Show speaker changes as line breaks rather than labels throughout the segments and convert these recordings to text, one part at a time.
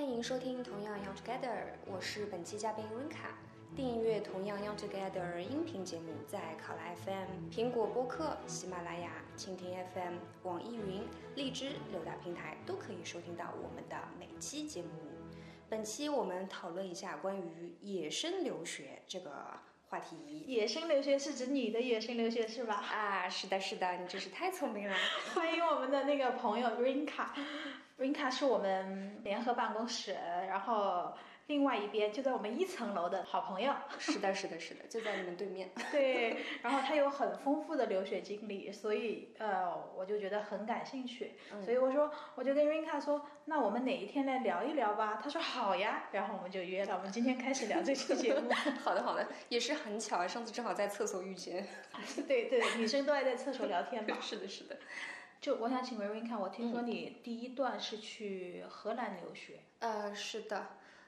迎收听《同样 Young Together》，我是本期嘉宾 Rinka。订阅《同样 Young Together》音频节目在考拉 FM、苹果播客、喜马拉雅、蜻蜓 FM、网易云、荔枝六大平台都可以收听到我们的每期节目。本期我们讨论一下关于野生留学这个话题。
野生留学是指你的野生留学是吧？
啊，是的，是的，你真是太聪明了。
欢迎我们的那个朋友 Rinka，Rinka 是我们联合办公室，然后另外一边就在我们一层楼的好朋友。
是的，是的，是的，就在你们对面。
对，然后他有很丰富的留学经历，所以呃，我就觉得很感兴趣。
嗯
所以我说，我就跟 Rinka 说，那我们哪一天来聊一聊吧？他说好呀，然后我们就约了。我们今天开始聊这期节目。
好的，好的，也是很巧，啊上次正好在厕所遇见。
对对，女生都爱在厕所聊天嘛。
是的，是的。嗯
就我想请问 Rinka，我听说你第一段是去荷兰留学，
呃，是的，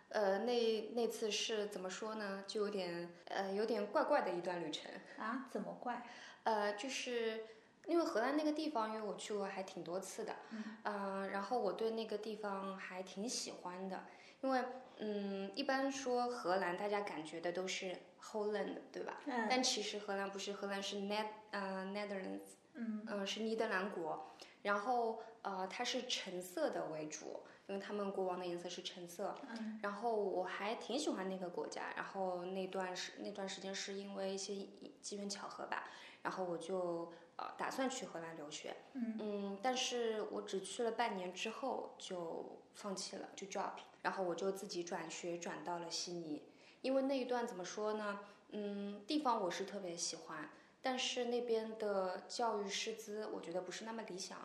呃，那那次是怎么说呢？就有点呃，有点怪怪的一段旅程。
啊？怎么怪？
呃，就是因为荷兰那个地方，因为我去过还挺多次的，嗯、呃，然后我对那个地方还挺喜欢的，因为嗯，一般说荷兰，大家感觉的都是 Holland，对吧？
嗯
但其实荷兰不是，荷兰是 Net 呃 Netherlands，
嗯
呃是尼德兰国，然后呃它是橙色的为主，因为他们国王的颜色是橙色。
嗯
然后我还挺喜欢那个国家，然后那段时那段时间是因为一些机缘巧合吧，然后我就呃打算去荷兰留学，
嗯
嗯，但是我只去了半年之后就放弃了，就 drop，然后我就自己转学转到了悉尼，因为那一段怎么说呢，嗯，地方我是特别喜欢，但是那边的教育师资我觉得不是那么理想，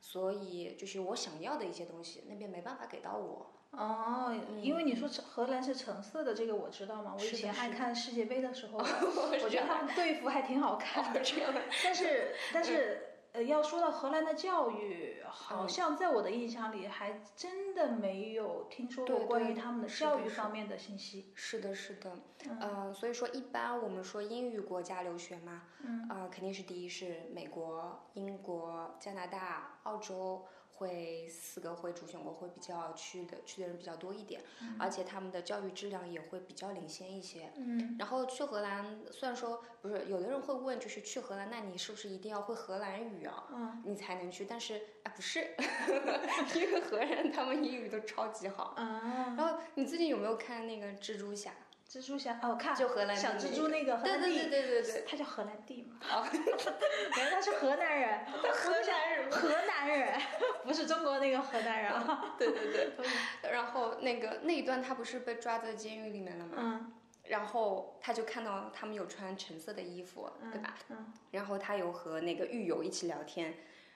所以就是我想要的一些东西那边没办法给到我。
哦，因为你说橙荷兰是橙色的，这个我知道嘛。我以
是的
前
是
爱看世界杯的时 候，
我
我觉得他们队服还挺 好看的。但是，
嗯
但是，呃，要说到荷兰的教育，
嗯
好像在我的印象里，还真的没有听说过
对对
关于他们的
是的
教育
是
方面的信息。嗯
是的，是的，呃，所以说一般我们说英语国家留学嘛，
嗯
呃，肯定是第一是美国、英国、加拿大、澳洲会四个会主选国会比较去的去的人比较多一点，而且他们的教育质量也会比较领先一些。
嗯，
然后去荷兰，虽然说不是有的人会问，就是去荷兰，那你是不是一定要会荷兰语啊？
嗯，
你才能去，但是啊不是， 因为荷兰人他们英语都超级好。
啊，
然后你最近有没有看那个蜘蛛侠？
蜘蛛侠，哦，我看
就荷兰弟
小蜘蛛那个荷
对
兰弟，
对对对对 对。哦
他叫荷兰弟嘛？ 原来他是河南人，河
南人
河 南人，不是中国那个河南人 啊。
对对对，然后那个那一段他不是被抓在监狱里面了吗？
嗯
然后他就看到他们有穿橙色的衣服，对吧？
嗯，
然后他有和那个狱友一起聊天，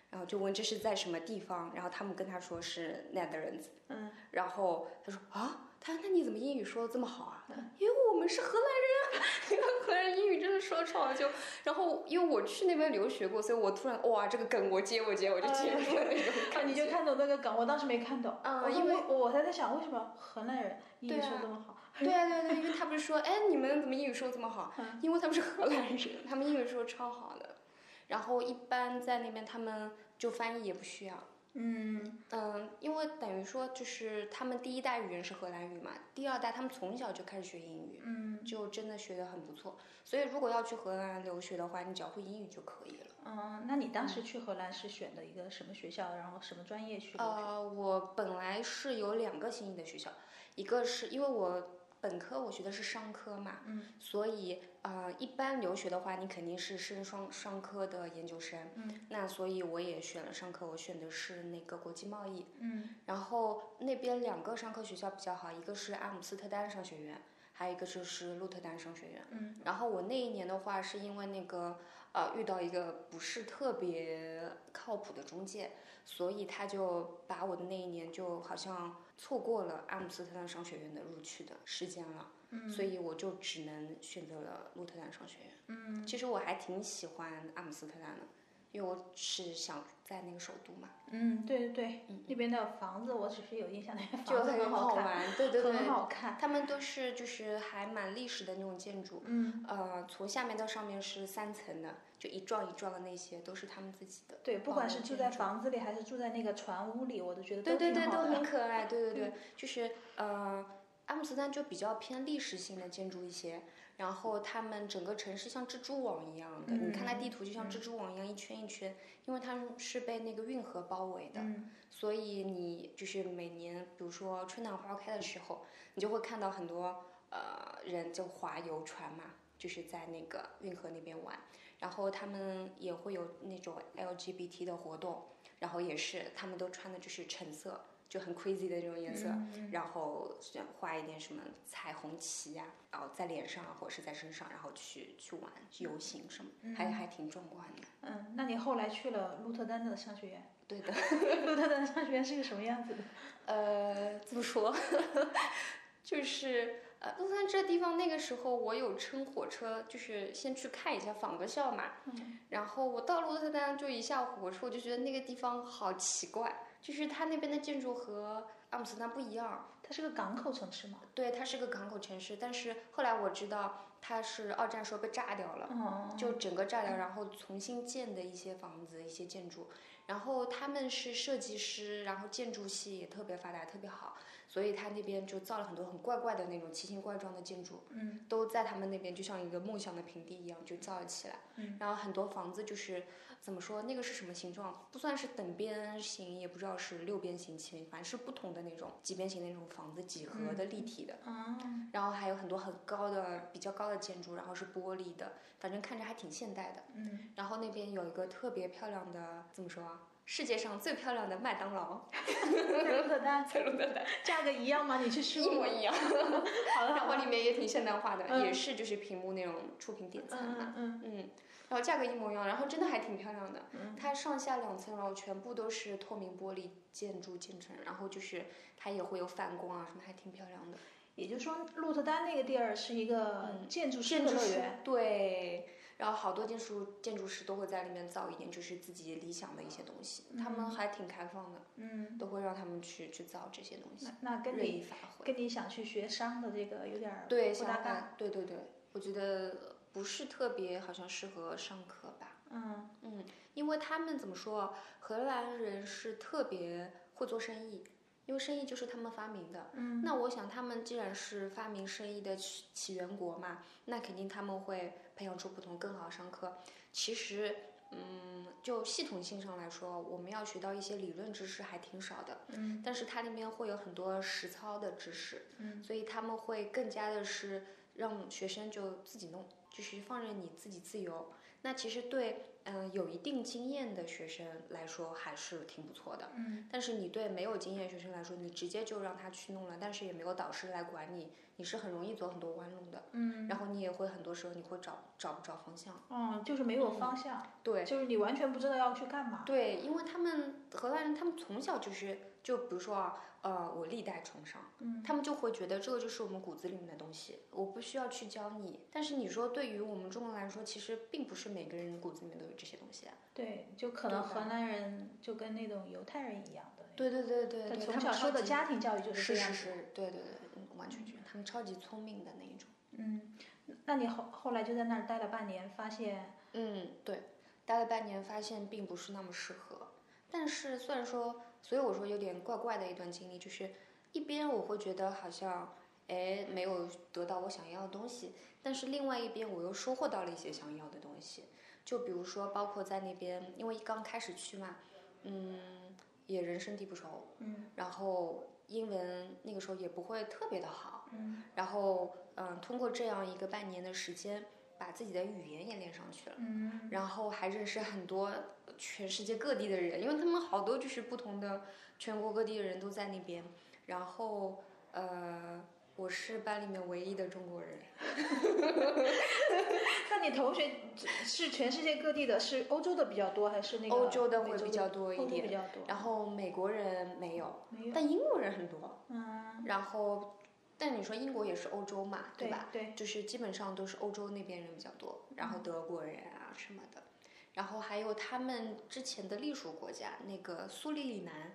然后就问这是在什么地方，然后他们跟他说是 Netherlands，
嗯，
然后他说啊，他说那你怎么英语说的这么好啊？
嗯
因为我们是荷兰人，啊 因为荷兰英语真的说得超好就，然后因为我去那边留学过，所以我突然哇这个梗我接我接我就接住了那种
啊，
感
你
觉
就看懂那个梗，我当时没看懂，
嗯
我
因为
我我才在想为什么荷兰人英
对
语
啊
说这么好，
对啊，对啊对啊，因为他不是 说，哎，你们怎么英语说得这么嗯好？因为他们是荷兰人， 他们英语说得超好的。然后一般在那边，他们就翻译也不需要。
嗯
嗯，因为等于说就是他们第一代语言是荷兰语嘛，第二代他们从小就开始学英语，
嗯
就真的学得很不错。所以如果要去荷兰留学的话，你只要会英语就可以了。
嗯，那你当时去荷兰是选的一个什么学校，然后什么专业去的？
呃，我本来是有两个心仪的学校，一个是因为我本科我学的是商科嘛，
嗯，
所以呃，一般留学的话，你肯定是升商商科的研究生，
嗯，
那所以我也选了商科，我选的是那个国际贸易，
嗯
然后那边两个商科学校比较好，一个是阿姆斯特丹商学院，还有一个就是鹿特丹商学院。
嗯，
然后我那一年的话，是因为那个呃遇到一个不是特别靠谱的中介，所以他就把我的那一年就好像错过了阿姆斯特丹商学院的录取的时间了。
嗯
所以我就只能选择了鹿特丹商学院。
嗯
其实我还挺喜欢阿姆斯特丹的，因因为我是想在那个首都嘛，
嗯，对对对，
嗯
那边的房子我只是有印象，那边
就
房子
很
很好看，
玩，对对对，
很好看。
他们都是就是还蛮历史的那种建筑，
嗯，
呃，从下面到上面是三层的，就一幢一幢的那些都是他们自己的，
对，不
保
管
留
是住
建
在
筑
房子里还是住在那个船屋里，我都觉得
对对
挺
对，都
好的。
很嗯可爱，对对对，就是呃，阿姆斯特丹就比较偏历史性的建筑一些，然后他们整个城市像蜘蛛网一样的，你看它地图就像蜘蛛网一样一圈一圈，因为它是被那个运河包围的，
嗯，
所以你就是每年，比如说春暖花开的时候，你就会看到很多呃人就划游船嘛，就是在那个运河那边玩，然后他们也会有那种 LGBT 的活动，然后也是他们都穿的就是橙色，就很 crazy 的那种颜色，
嗯
然后像画一点什么彩虹旗呀、然后在脸上啊或者是在身上，然后去去玩游行什么，还还挺壮观的。
嗯，那你后来去了鹿特丹的商学院，
对的。
鹿特丹的商学院是个什么样子的？
呃，怎么说？ 就是呃，洛杉矶这地方那个时候，我有乘火车，就是先去看一下仿个校嘛。
嗯
然后我到鹿特丹就一下火车，我就觉得那个地方好奇怪，就是它那边的建筑和阿姆斯特丹不一样。
它是个港口城市嘛？
对，它是个港口城市，但是后来我知道它是二战时候被炸掉了。
嗯，
就整个炸掉，然后重新建的一些房子、一些建筑，然后他们是设计师，然后建筑系也特别发达，特别好，所以他那边就造了很多很怪怪的那种奇形怪状的建筑，
嗯
都在他们那边就像一个梦想的平地一样就造了起来。
嗯
然后很多房子就是怎么说，那个是什么形状？不算是等边形，也不知道是六边形、七边形，反正是不同的那种几边形的那种房子几何的立体的。
嗯，
然后还有很多很高的、比较高的建筑，然后是玻璃的，反正看着还挺现代的。
嗯，
然后那边有一个特别漂亮的，怎么说啊？世界上最漂亮的麦当劳，
在鹿特 丹
在鹿特丹
价格一样吗？ 你去吃
一
过
模
吗？
一样，
好的
然
好
后
的。
里面也挺现代化的，
嗯
也是就是屏幕那种触屏点餐嘛，
嗯嗯
嗯，然后价格一模一样，然后真的还挺漂亮的，
嗯
它上下两层，然后全部都是透明玻璃建筑建成，然后就是它也会有反光啊什么，还挺漂亮的。
也就是说，鹿特丹那个地儿是一个
嗯
建筑师
建
的
筑
乐
师
园。
对，然后好多建筑建筑师都会在里面造一点就是自己理想的一些东西，他们
嗯
还挺开放的，
嗯，
都会让他们去去造这些东西
那，那跟
任
你
意发挥。
跟你想去学商的这个有点儿
对，
不
相
搭嘎。
反，对对对，我觉得不是特别好像适合上课吧，
嗯
嗯，因为他们怎么说，荷兰人是特别会做生意，因为生意就是他们发明的，
嗯
那我想，他们既然是发明生意的起起源国嘛，那肯定他们会培养出不同更好的商科。其实，嗯，就系统性上来说，我们要学到一些理论知识还挺少的，
嗯
但是它里面会有很多实操的知识，
嗯
所以他们会更加的是让学生就自己弄，就是放任你自己自由。那其实对，嗯、有一定经验的学生来说还是挺不错的。
嗯
但是你对没有经验学生来说，你直接就让他去弄了，但是也没有导师来管你，你是很容易走很多弯路的。
嗯，
然后你也会很多时候你会找找不着方向。
哦，就是没有方向，
嗯对
就是你完全不知道要去干嘛。
对，因为他们荷兰人，他们从小就是，就比如说啊，呃，我历代崇尚，
嗯
他们就会觉得这个就是我们骨子里面的东西，我不需要去教你。但是你说对于我们中国人来说，其实并不是每个人骨子里面都有这些东西啊。
对，就可能
对吧
荷兰人就跟那种犹太人一样的那种，
对对对对对，
从小受的
的
家庭教育就是
是
这样
是
的。
是，对对对，嗯完全是，他们超级聪明的那一种。
嗯，那你后后来就在那儿待了半年，发现
嗯，对，待了半年，发现并不是那么适合。但是虽然说，所以我说有点怪怪的一段经历，就是一边我会觉得好像，哎，没有得到我想要的东西，但是另外一边我又收获到了一些想要的东西。就比如说，包括在那边，因为刚开始去嘛，嗯，也人生地不熟，
嗯
然后英文那个时候也不会特别的好，
嗯
然后嗯，通过这样一个半年的时间，把自己的语言也练上去了。
嗯
然后还认识很多呃全世界各地的人，因为他们好多就是不同的全国各地的人都在那边。然后呃，我是班里面唯一的中国人，
那你同学是全世界各地的，是欧洲的比较多，还是那个
欧洲的
美
会比较多一
欧洲比
点，
较多，
然后美国人没有，
没有，
但英国人很多。
嗯，
然后，但你说英国也是欧洲嘛，对
对
吧？
对，
嗯就是基本上都是欧洲那边人比较多，然后德国人啊什么的。然后还有他们之前的隶属国家那个苏里里南，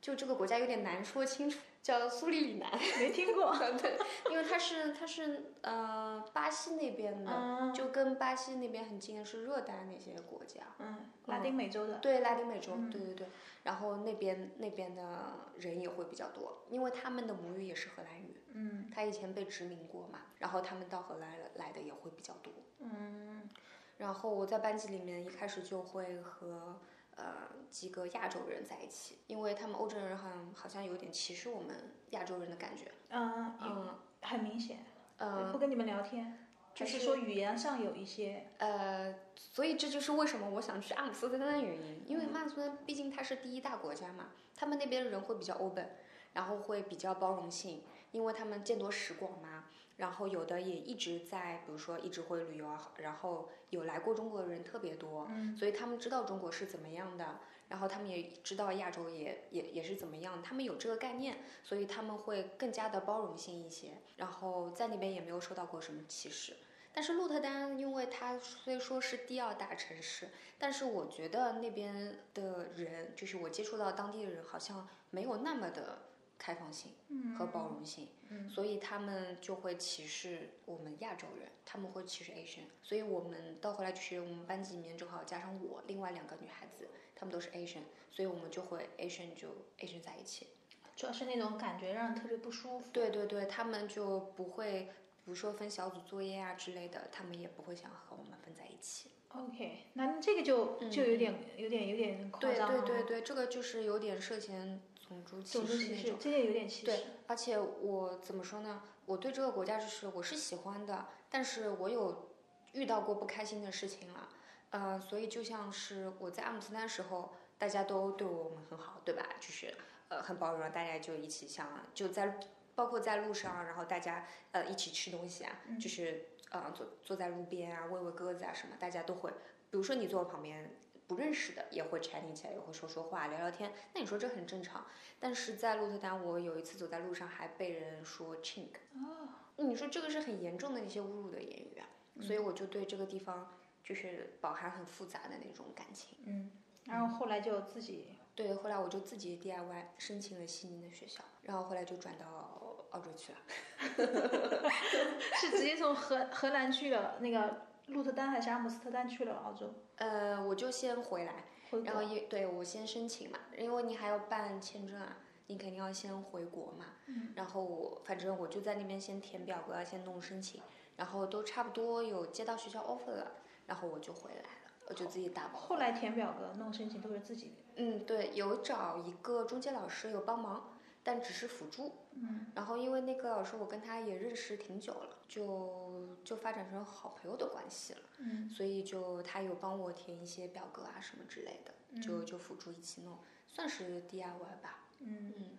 就这个国家有点难说清楚，叫苏里里南，
没听过。
对，因为它是它是呃巴西那边的，
嗯
就跟巴西那边很近的是热带那些国家，
嗯，拉丁美洲的，
对拉丁美洲，
嗯
对对对，然后那边那边的人也会比较多，因为他们的母语也是荷兰语，
嗯
他以前被殖民过嘛，然后他们到荷兰来的也会比较多。
嗯
然后我在班级里面一开始就会和呃几个亚洲人在一起，因为他们欧洲人好像好像有点歧视我们亚洲人的感觉。
嗯，也
嗯
很明显，
呃
不跟你们聊天，
就
嗯就是是说语言上有一些，
呃，所以这就是为什么我想去阿姆斯特丹的原因，因为阿姆斯特丹毕竟它是第一大国家嘛，他们那边的人会比较 open，然后会比较包容性，因为他们见多识广嘛。然后有的也一直在，比如说一直会旅游啊，然后有来过中国的人特别多，
嗯
所以他们知道中国是怎么样的，然后他们也知道亚洲也也也是怎么样，他们有这个概念，所以他们会更加的包容性一些，然后在那边也没有受到过什么歧视。但是鹿特丹，因为它虽说是第二大城市，但是我觉得那边的人，就是我接触到当地的人，好像没有那么的开放性
嗯
和包容性。
嗯
所以他们就会歧视我们亚洲人，他们会歧视 Asian，所以我们到后来就是我们班级里面正好加上我，另外两个女孩子，她们都是 Asian，所以我们就会 Asian 就 Asian 在一起。
主要是那种感觉让人特别不舒服。
对对对，他们就不会，比如说分小组作业啊之类的，他们也不会想和我们分在一起。
OK，那这个就就有点有点有点夸
对
张
对
了，
对对，这个就是有点涉嫌种族歧
种族
视
歧
那
视
种，。
这个有点歧
对
视。
而且我怎么说呢？我对这个国家就是我是喜欢的，但是我有遇到过不开心的事情了，呃，所以就像是我在阿姆斯特丹时候，大家都对我们很好，对吧？就是呃很包容，大家就一起像就在包括在路上，然后大家呃一起吃东西啊，
嗯
就是呃坐坐在路边啊喂喂鸽子啊什么，大家都会，比如说你坐我旁边。不认识的也会 chatting 起来，也会说说话、聊聊天，那你说这很正常。但是在鹿特丹，我有一次走在路上还被人说 chink，
哦，
你说这个是很严重的一些侮辱的言语啊，所以我就对这个地方就是饱含很复杂的那种感情。
嗯，然后后来就自己
对，后来我就自己 DIY 申请了悉尼的学校，然后后来就转到澳洲去了。
是直接从荷荷兰去了那个鹿特丹还是阿姆斯特丹去了澳洲，
呃，我就先回来，
回
然后
国。
也对我先申请嘛，因为你还要办签证啊，你肯定要先回国嘛。
嗯
然后我反正我就在那边先填表格啊，先弄申请，然后都差不多有接到学校 offer 了，然后我就回来了，我就自己打包。
后来填表格、弄申请都是自己的。
嗯，对，有找一个中介老师有帮忙，但只是辅助。
嗯，
然后因为那个老师我跟他也认识挺久了，就就发展成好朋友的关系了，
嗯
所以就他有帮我填一些表格啊什么之类的，就就辅助一起弄，算是 DIY 吧。
嗯，
嗯，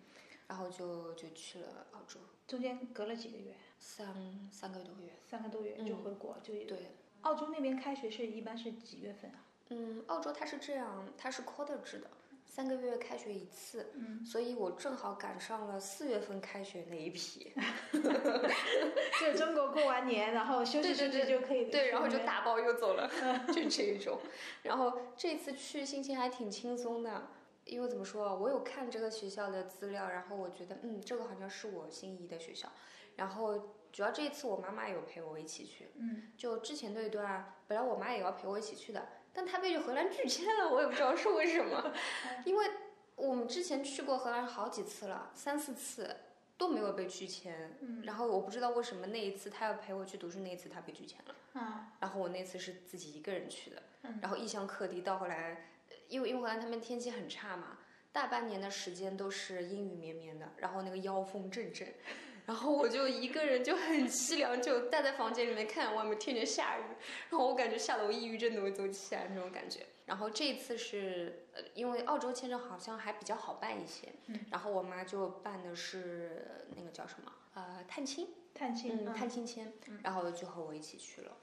然后就就去了澳洲
中间隔了几个月，
三三个多月。
三个多月
嗯
就回国，就
对，
澳洲那边开学是一般是几月份啊？
嗯，澳洲它是这样，它是 quarter 制的，三个月开学一次，
嗯，
所以我正好赶上了四月份开学那一批。
就是中国过完年，然后休息
对
休
对
息就可以去 那边。
对，然后就打包又走了， 就这一种。然后这次去心情还挺轻松的，因为怎么说啊，我有看这个学校的资料，然后我觉得，嗯，这个好像是我心仪的学校。然后主要这一次我妈妈有陪我一起去，
嗯，
就之前那一段，本来我妈也要陪我一起去的，但她被荷兰拒签了，我也不知道是为什么，因为我们之前去过荷兰好几次了，三四次都没有被拒签。
嗯
然后我不知道为什么那一次她要陪我去读书，那一次她被拒签了。
啊，
然后我那次是自己一个人去的，
嗯
然后异乡客地到后来，呃因为因为荷兰他们天气很差嘛，大半年的时间都是阴雨绵绵的，然后那个妖风阵阵，然后我就一个人就很凄凉，就待在房间里面看外面天天下雨，然后我感觉下楼抑郁症都会走起来那种感觉。然后这一次是，呃，因为澳洲签证好像还比较好办一些，
嗯
然后我妈就办的是呃那个叫什么，呃，探亲，
探亲，
嗯，
嗯
探亲签，
嗯
然后就和我一起去了，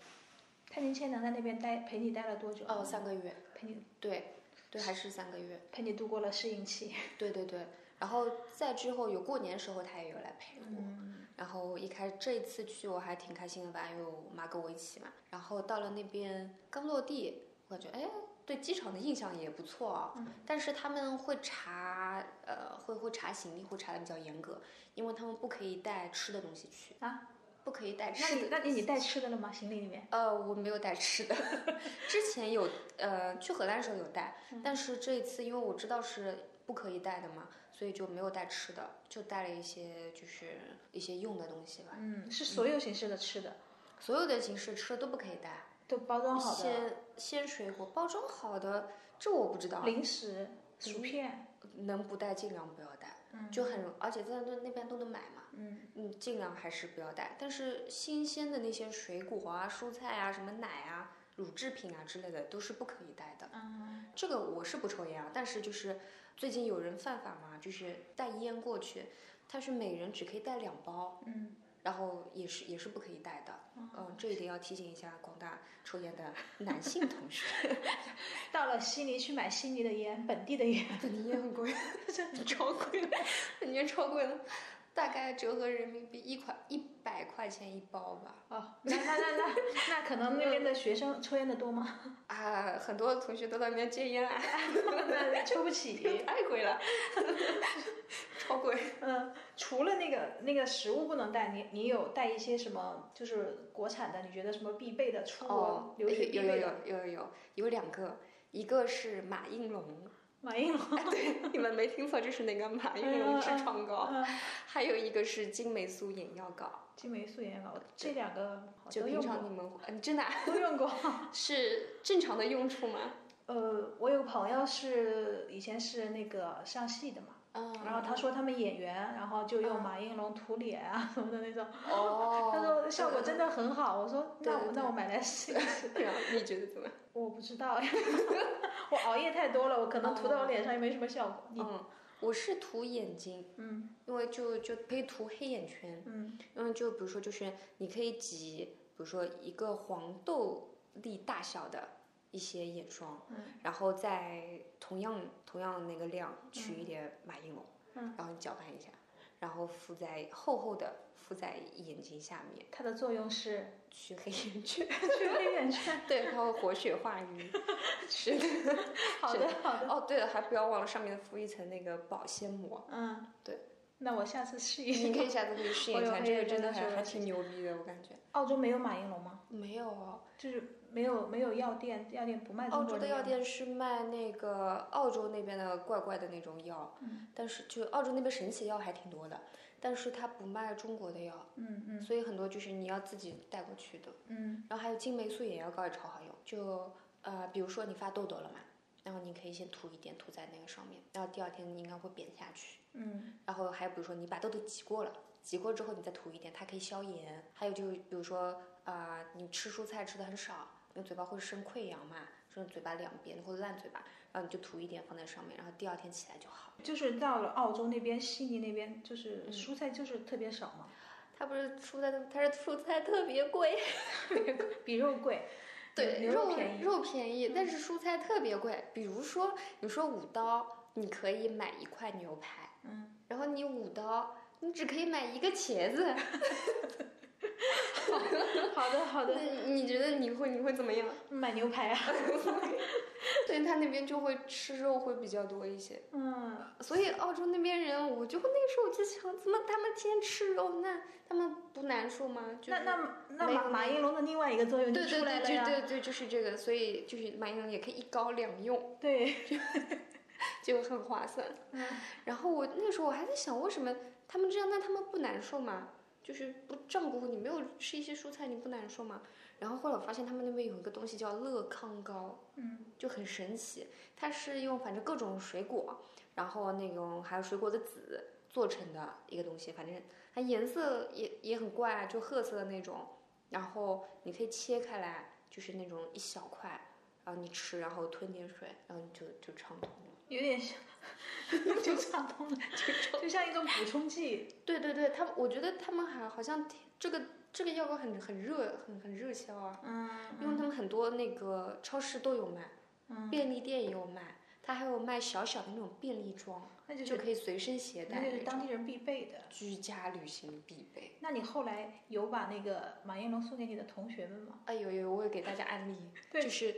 探亲签能在那边待陪你待了多久？啊
哦，三个月。
陪你
对，对，还是三个月。
陪你度过了适应期。
对对对，然后在之后有过年时候，他也有来陪我。
嗯
然后一开这一次去我还挺开心的吧，因为我妈跟我一起嘛。然后到了那边刚落地，我感觉哎，对机场的印象也不错啊、
嗯
但是他们会查，呃，会会查行李，会查的比较严格，因为他们不可以带吃的东西去
啊，
不可以带
那
吃
你
的。
那你你带吃的了吗？行李里面？
呃，我没有带吃的， 之前有，呃，去荷兰的时候有带，
嗯
但是这一次因为我知道是不可以带的嘛，所以就没有带吃的，就带了一些就是一些用的东西吧，
嗯，是所有形式的吃的，
所有的形式吃的都不可以带，
都包装好的，
鲜鲜水果包装好的，这我不知道，
零食、薯片，
能不带尽量不要带。
嗯，
就很容，而且在那那边都能买嘛，
嗯
嗯，尽量还是不要带。但是新鲜的那些水果啊、蔬菜啊、什么奶啊、乳制品啊之类的都是不可以带的。
嗯
这个我是不抽烟啊，但是就是最近有人犯法嘛，就是带烟过去，他是每人只可以带两包，
嗯
然后也是也是不可以带的。
哦
嗯，这一点要提醒一下广大抽烟的男性同学，
到了悉尼去买悉尼的烟，本地的烟，
本地烟很贵，真的超贵了，本地烟超贵了，大概折合人民币一块一百块钱一包吧。
哦，那那那那那可能那边的学生抽烟的多吗？
啊，很多同学都在那边戒烟啊，
那抽不起。
太贵了，超贵。
嗯，除了那个那个食物不能带，你你有带一些什么？就是国产的，你觉得什么必备的？出国留
有
学
哦有
必
有
备的？
有有有有两个，一个是马应 龙，
马应龙。
你们没听错，就是那个马应龙痔疮膏，
嗯，
还有一个是金霉素眼药膏，
金霉素眼膏，我这两个好
就
都
平
用过，
常你们嗯， 真的啊
都用过。
是正常的用处 吗？
呃，我有个朋友是以前是那个上戏的嘛，
嗯，
然后他说他们演员，然后就用马应龙涂脸啊什么的那种，
哦，
他说效果真的很好。我说
对
那
对
我
对
那我买来试一试。
对啊，你觉得怎么样？
我不知 道呀，我熬夜太多了，我可能涂到我脸上也没什么效果。你
嗯，我是涂眼睛，
嗯
因为就就可以涂黑眼圈。
嗯
嗯，就比如说，就是你可以挤，比如说一个黄豆粒大小的一些眼霜，
嗯
然后再同样同样那个量取一点马应龙，
嗯
然后你搅拌一下，然后敷在厚厚的敷在眼睛下面，
它的作用是
去黑眼圈，
去 黑眼 圈。
对，它会活血化瘀。是的，
好的好的，
哦，对了，还不要忘了上面敷一层那个保鲜膜。
嗯
对。
那我下次试一
你
试。
可以下次可以试验
我
一
有
下，
黑
这个
眼
真
圈
的
的时
还
候
还
试
挺牛逼的，我感觉。
澳洲没有马应龙吗？
没有哦。
就是没有没有药店，药店不卖
澳
中
洲
国
的
人
药
药。
店是卖那个澳洲那边的怪怪的那种药，
嗯
但是就澳洲那边神奇药还挺多的，但是它不卖中国的药，
嗯嗯
所以很多就是你要自己带过去的。
嗯
然后还有金霉素眼药膏也超好用，就呃，比如说你发痘痘了嘛，然后你可以先涂一点，涂在那个上面，然后第二天你应该会扁下去。
嗯
然后还有比如说你把痘痘挤过了，挤过之后你再涂一点，它可以消炎。还有就是比如说啊、呃你吃蔬菜吃的很少，你嘴巴会生溃疡嘛，就是嘴巴两边会烂嘴巴，然后你就涂一点放在上面，然后第二天起来就好。
就是到了澳洲那边，悉尼那边，就是
嗯
蔬菜就是特别少嘛，
它不是蔬菜，它是蔬菜特别 贵，
比肉贵，
对，
牛肉
肉
便宜。嗯
肉便宜，但是蔬菜特别贵。比如说你说五刀，你可以买一块牛排，
嗯，
然后你五刀，你只可以买一个茄子，
好的好的，
那你觉得你会你会怎么样？
买牛排啊。
对他那边就会吃肉会比较多一些，
嗯，
所以澳洲那边人，我就那时候我就想，怎么他们天天吃肉，那他们不难受吗？就是、
那那那
没有
马马应龙的另外一个作用就
对对
出来了
对
呀。
对对，就是这个，所以就是马应龙也可以一膏两用，
对，
就很划算。
嗯
然后我那时候我还在想，为什么他们这样，那他们不难受吗？就是不胀鼓，你没有吃一些蔬菜，你不难受吗？然后后来我发现他们那边有一个东西叫乐康膏，
嗯
就很神奇，它是用反正各种水果，然后那种还有水果的籽做成的一个东西，反正它颜色也也很怪，啊就褐色的那种，然后你可以切开来，就是那种一小块，然后你吃，然后吞点水，然后你就就畅通了。
有点像，就畅通了，就像一种补充剂。
对对对，他们我觉得他们还好像挺这个这个药膏很很热，很很热销啊，
嗯
因为他们很多那个超市都有卖，
嗯，
便利店也有卖，它还有卖小小的那种便利装。
那就
就是可以随身携带
那就是
那
当
种，
地人必备的。
居家旅行必备。
那你后来有把那个马应龙送给你的同学们吗？
哎呦呦，我也给大家安利，
对
就是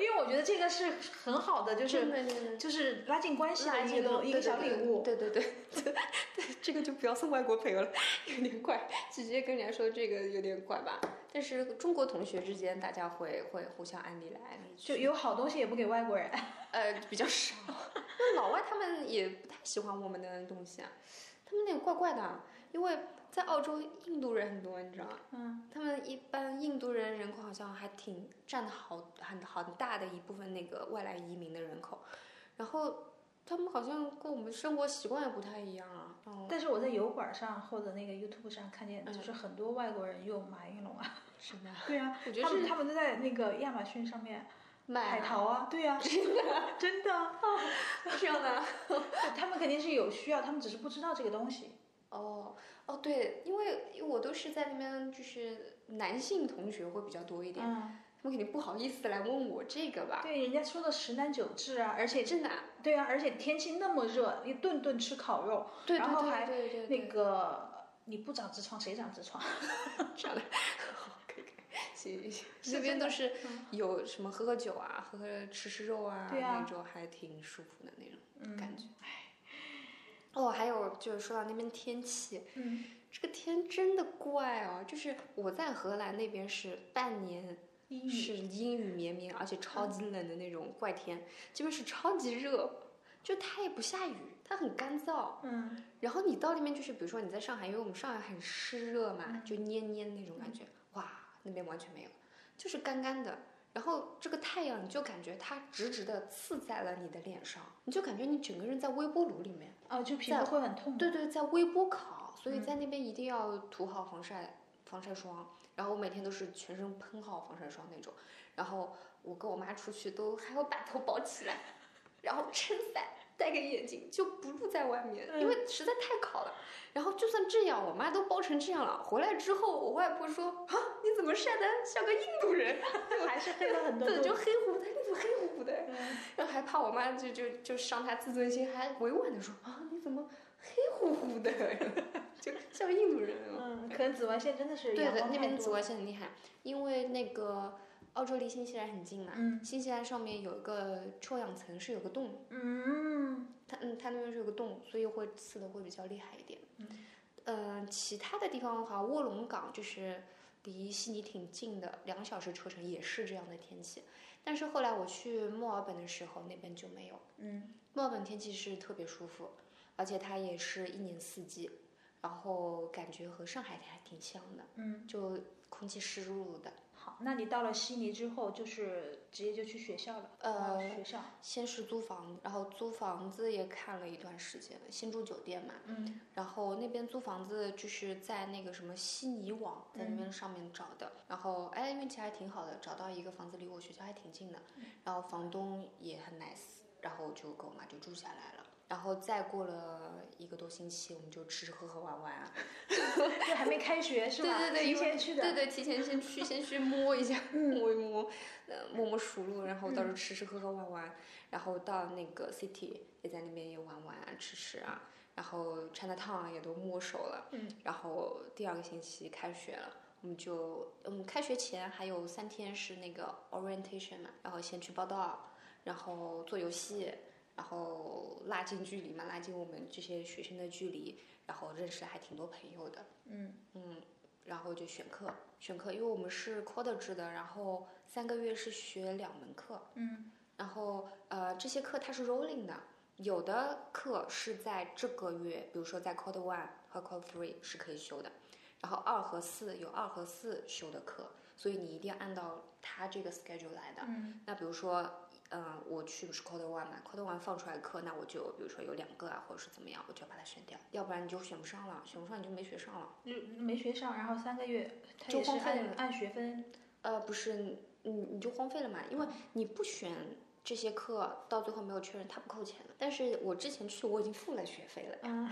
因为我觉得这个是很好的，就是就是拉近关系的
垃
一
圾
个
都
一个小礼物。
对对对 对对对，这个就不要送外国朋友了，有点怪，直接跟人家说这个有点怪吧。但是中国同学之间，大家会会互相安利来安利
就
去，
有好东西也不给外国 人，
呃比较少， 因为老外他们也不太喜欢我们的东西啊，他们那个怪怪的啊，因为在澳洲印度人很多，你知道吗？
嗯，
他们一般印度人人口好像还挺占好很很大的一部分那个外来移民的人口，然后他们好像跟我们生活习惯也不太一样啊。哦，
但是我在油管上或者那个 YouTube 上看见，
嗯
就是很多外国人用马云龙啊，
是的，
对啊，
我觉得
他们
是
他们都在那个亚马逊上面海
买
淘啊，对啊， 真的真的，
这样的。
他们肯定是有需要，他们只是不知道这个东西。
哦哦，对，因为我都是在那边，就是男性同学会比较多一点，
嗯，
他们肯定不好意思来问我这个吧。
对，人家说的十男九痔啊，而且
真的啊，
对啊，而且天气那么热，你顿顿吃烤肉，
对对
然后
对
还
对对对，
那个你不长痔疮谁长痔疮？
这样的， 好，可以可以，行行行，
是
这边
真的
都是
嗯
有什么喝喝酒啊，喝喝吃吃肉啊，
对啊
那种还挺舒服的那种感
嗯
觉。哦，还有就是说到那边天气，
嗯，
这个天真的怪哦，就是我在荷兰那边是半年
英语
是阴雨嗯绵绵，而且超级冷的那种怪天，这边是超级热，就它也不下雨，它很干燥。
嗯
然后你到那边就是，比如说你在上海，因为我们上海很湿热嘛，
嗯
就黏黏那种感觉，哇，那边完全没有，就是干干的。然后这个太阳，你就感觉它直直的刺在了你的脸上，你就感觉你整个人在微波炉里面，
哦，就皮肤会很痛。
对对，在微波烤。所以
嗯
在那边一定要涂好防晒防晒霜，然后我每天都是全身喷好防晒霜那种。然后我跟我妈出去都还要把头包起来，然后撑伞，戴个眼镜，就不露在外面，因为实在太烤了。然后就算这样，我妈都包成这样了。回来之后，我外婆说：“啊，你怎么晒得像个印度人？
还是黑了很多嗯
对，
度。
就黑乎乎的，你怎么黑乎乎的？”然后还怕我妈就就就伤她自尊心，还委婉的说啊，你怎么黑乎乎的， 就像印度人哦。
嗯，可能紫外线真的是
对
阳
的，
光
那边
太
的紫
多。
外线很厉害，因为那个澳洲离新西兰很近嘛，
嗯
新西兰上面有一个臭氧层是有个洞，
嗯，
它嗯它那边是有个洞，所以会刺的会比较厉害一点。
嗯
呃，其他的地方的话，卧龙岗就是离悉尼挺近的，两个小时车程也是这样的天气。但是后来我去墨尔本的时候，那边就没有。
嗯
墨尔本天气是特别舒服，而且它也是一年四季，然后感觉和上海还挺像的，
嗯，
就空气湿漉漉的。
好，那你到了悉尼之后，就是直接就去学校了。
呃
学校。
先是租房，然后租房子也看了一段时间，先住酒店嘛，
嗯
然后那边租房子就是在那个什么悉尼网，在那边上面找的，然后哎运气还挺好的，找到一个房子离我学校还挺近的，然后房东也很 nice，然后就跟我妈就住下来了。然后再过了一个多星期，我们就吃吃喝喝玩玩啊，
就还没开学是吧？
对对对，
提
因为
前去的。
对对，提前先去，先去摸一下，
嗯
摸一摸，呃，摸摸熟路，然后到时候吃吃喝喝玩玩，然后到那个 city 也在那边也玩玩啊，吃吃啊，然后 China Town 也都摸熟了，
嗯，
然后第二个星期开学了。我们就，我们开学前还有三天是那个 orientation 嘛，然后先去报道，然后做游戏，然后拉近距离嘛，拉近我们这些学生的距离，然后认识了还挺多朋友的。
嗯
嗯，然后就选课，选课，因为我们是 quarter 制的，然后三个月是学两门课，
嗯
然后呃这些课它是 rolling 的，有的课是在这个月，比如说在 quarter one 和 quarter three 是可以修的，然后二和四有二和四修的课，所以你一定要按照它这个 schedule 来的。
嗯
那比如说，嗯、我去不是 Quarter One 嘛，Quarter One 放出来的课，那我就比如说有两个啊，或者是怎么样，我就要把它选掉，要不然你就选不上了，选不上你就没学上了。
嗯，没学上，然后三个月，他
就
也是
荒废
按
了
按学分。
呃，不是，你你你就荒废了嘛，因为你不选这些课，到最后没有确认，他不扣钱的。但是我之前去，我已经付了学费了，
嗯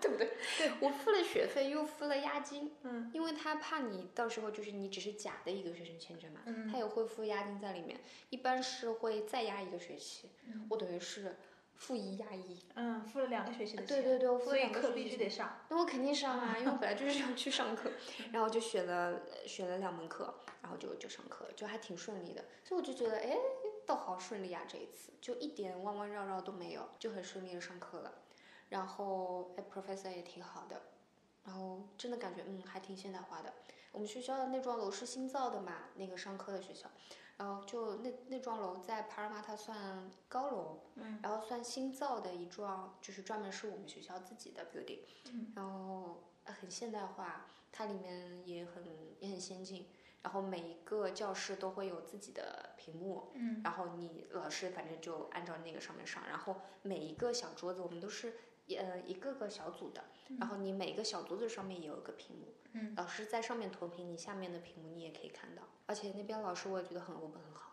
对不对？对，我付了学费，又付了押金，
嗯
因为他怕你到时候就是你只是假的一个学生签证嘛，
嗯
他也会付押金在里面，一般是会再押一个学期。
嗯
我等于是复一压一，
嗯，付了两个学期的
对
钱，
对对，我付
所
了
以
两个
课
学
必
期
须得上。
那我肯定上啊，因为我本来就是要去上课，然后就选了呃选了两门课，然后就就上课，就还挺顺利的，所以我就觉得哎，倒好顺利啊，这一次就一点弯弯绕绕都没有，就很顺利的上课了，然后哎，professor 也挺好的，然后真的感觉嗯还挺现代化的，我们学校的那幢楼是新造的嘛，那个上课的学校，然后就那那幢楼在帕尔马塔算高楼，
嗯
然后算新造的一幢，就是专门是我们学校自己的 building，、
嗯
然后呃很现代化，它里面也很也很先进，然后每一个教室都会有自己的屏幕，
嗯
然后你老师反正就按照那个上面上，然后每一个小桌子我们都是呃一个个小组的，然后你每个小桌子上面也有一个屏幕，
嗯，
老师在上面投屏，你下面的屏幕你也可以看到，而且那边老师我也觉得很 open 很好。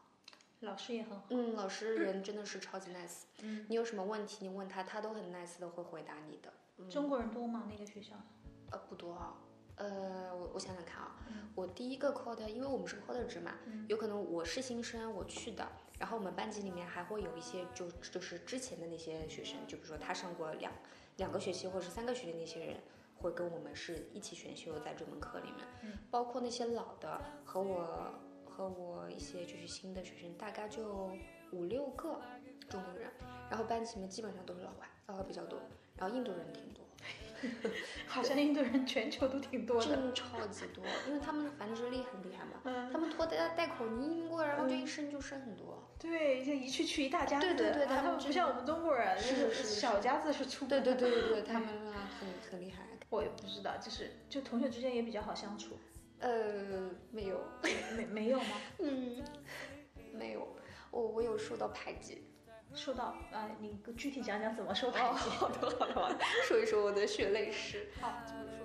老师也很好。
嗯，老师人真的是超级 nice。
嗯，
你有什么问题，你问他，他都很 nice 的会回答你的。嗯，
中国人多吗？那个学校？
呃不多啊、呃我我想想看啊、我第一个 quarter，因为我们是 quarter 制嘛，
嗯
有可能我是新生我去的，然后我们班级里面还会有一些就就是之前的那些学生，就比如说他上过两两个学期或者是三个学期那些人。会跟我们是一起选修在这门课里面，
嗯
包括那些老的和我和我一些就是新的学生，大概就五六个中国人，然后班级里面基本上都是老外，老外比较多，然后印度人挺多，
好像印度人全球都挺多的。
真的超级多，因为他们繁殖力很厉害嘛，
嗯，
他们拖带带口音，英国人然后就一生就生很多。
对，就一去去一大家子，
对对对
啊
他
他
们
们
真
不
的
像我们中国人，就是
是是
小家子是出
嗯
不
对
来
对对对 对，他们啊很很厉害。
我也不知道，就是就同学之间也比较好相处，
呃，没有，
没没有吗？
嗯，没有，我我有受到排挤。
受到啊、
哦
你具体讲讲怎么受到？
好的好的，说一说我的血泪史。
好
就是说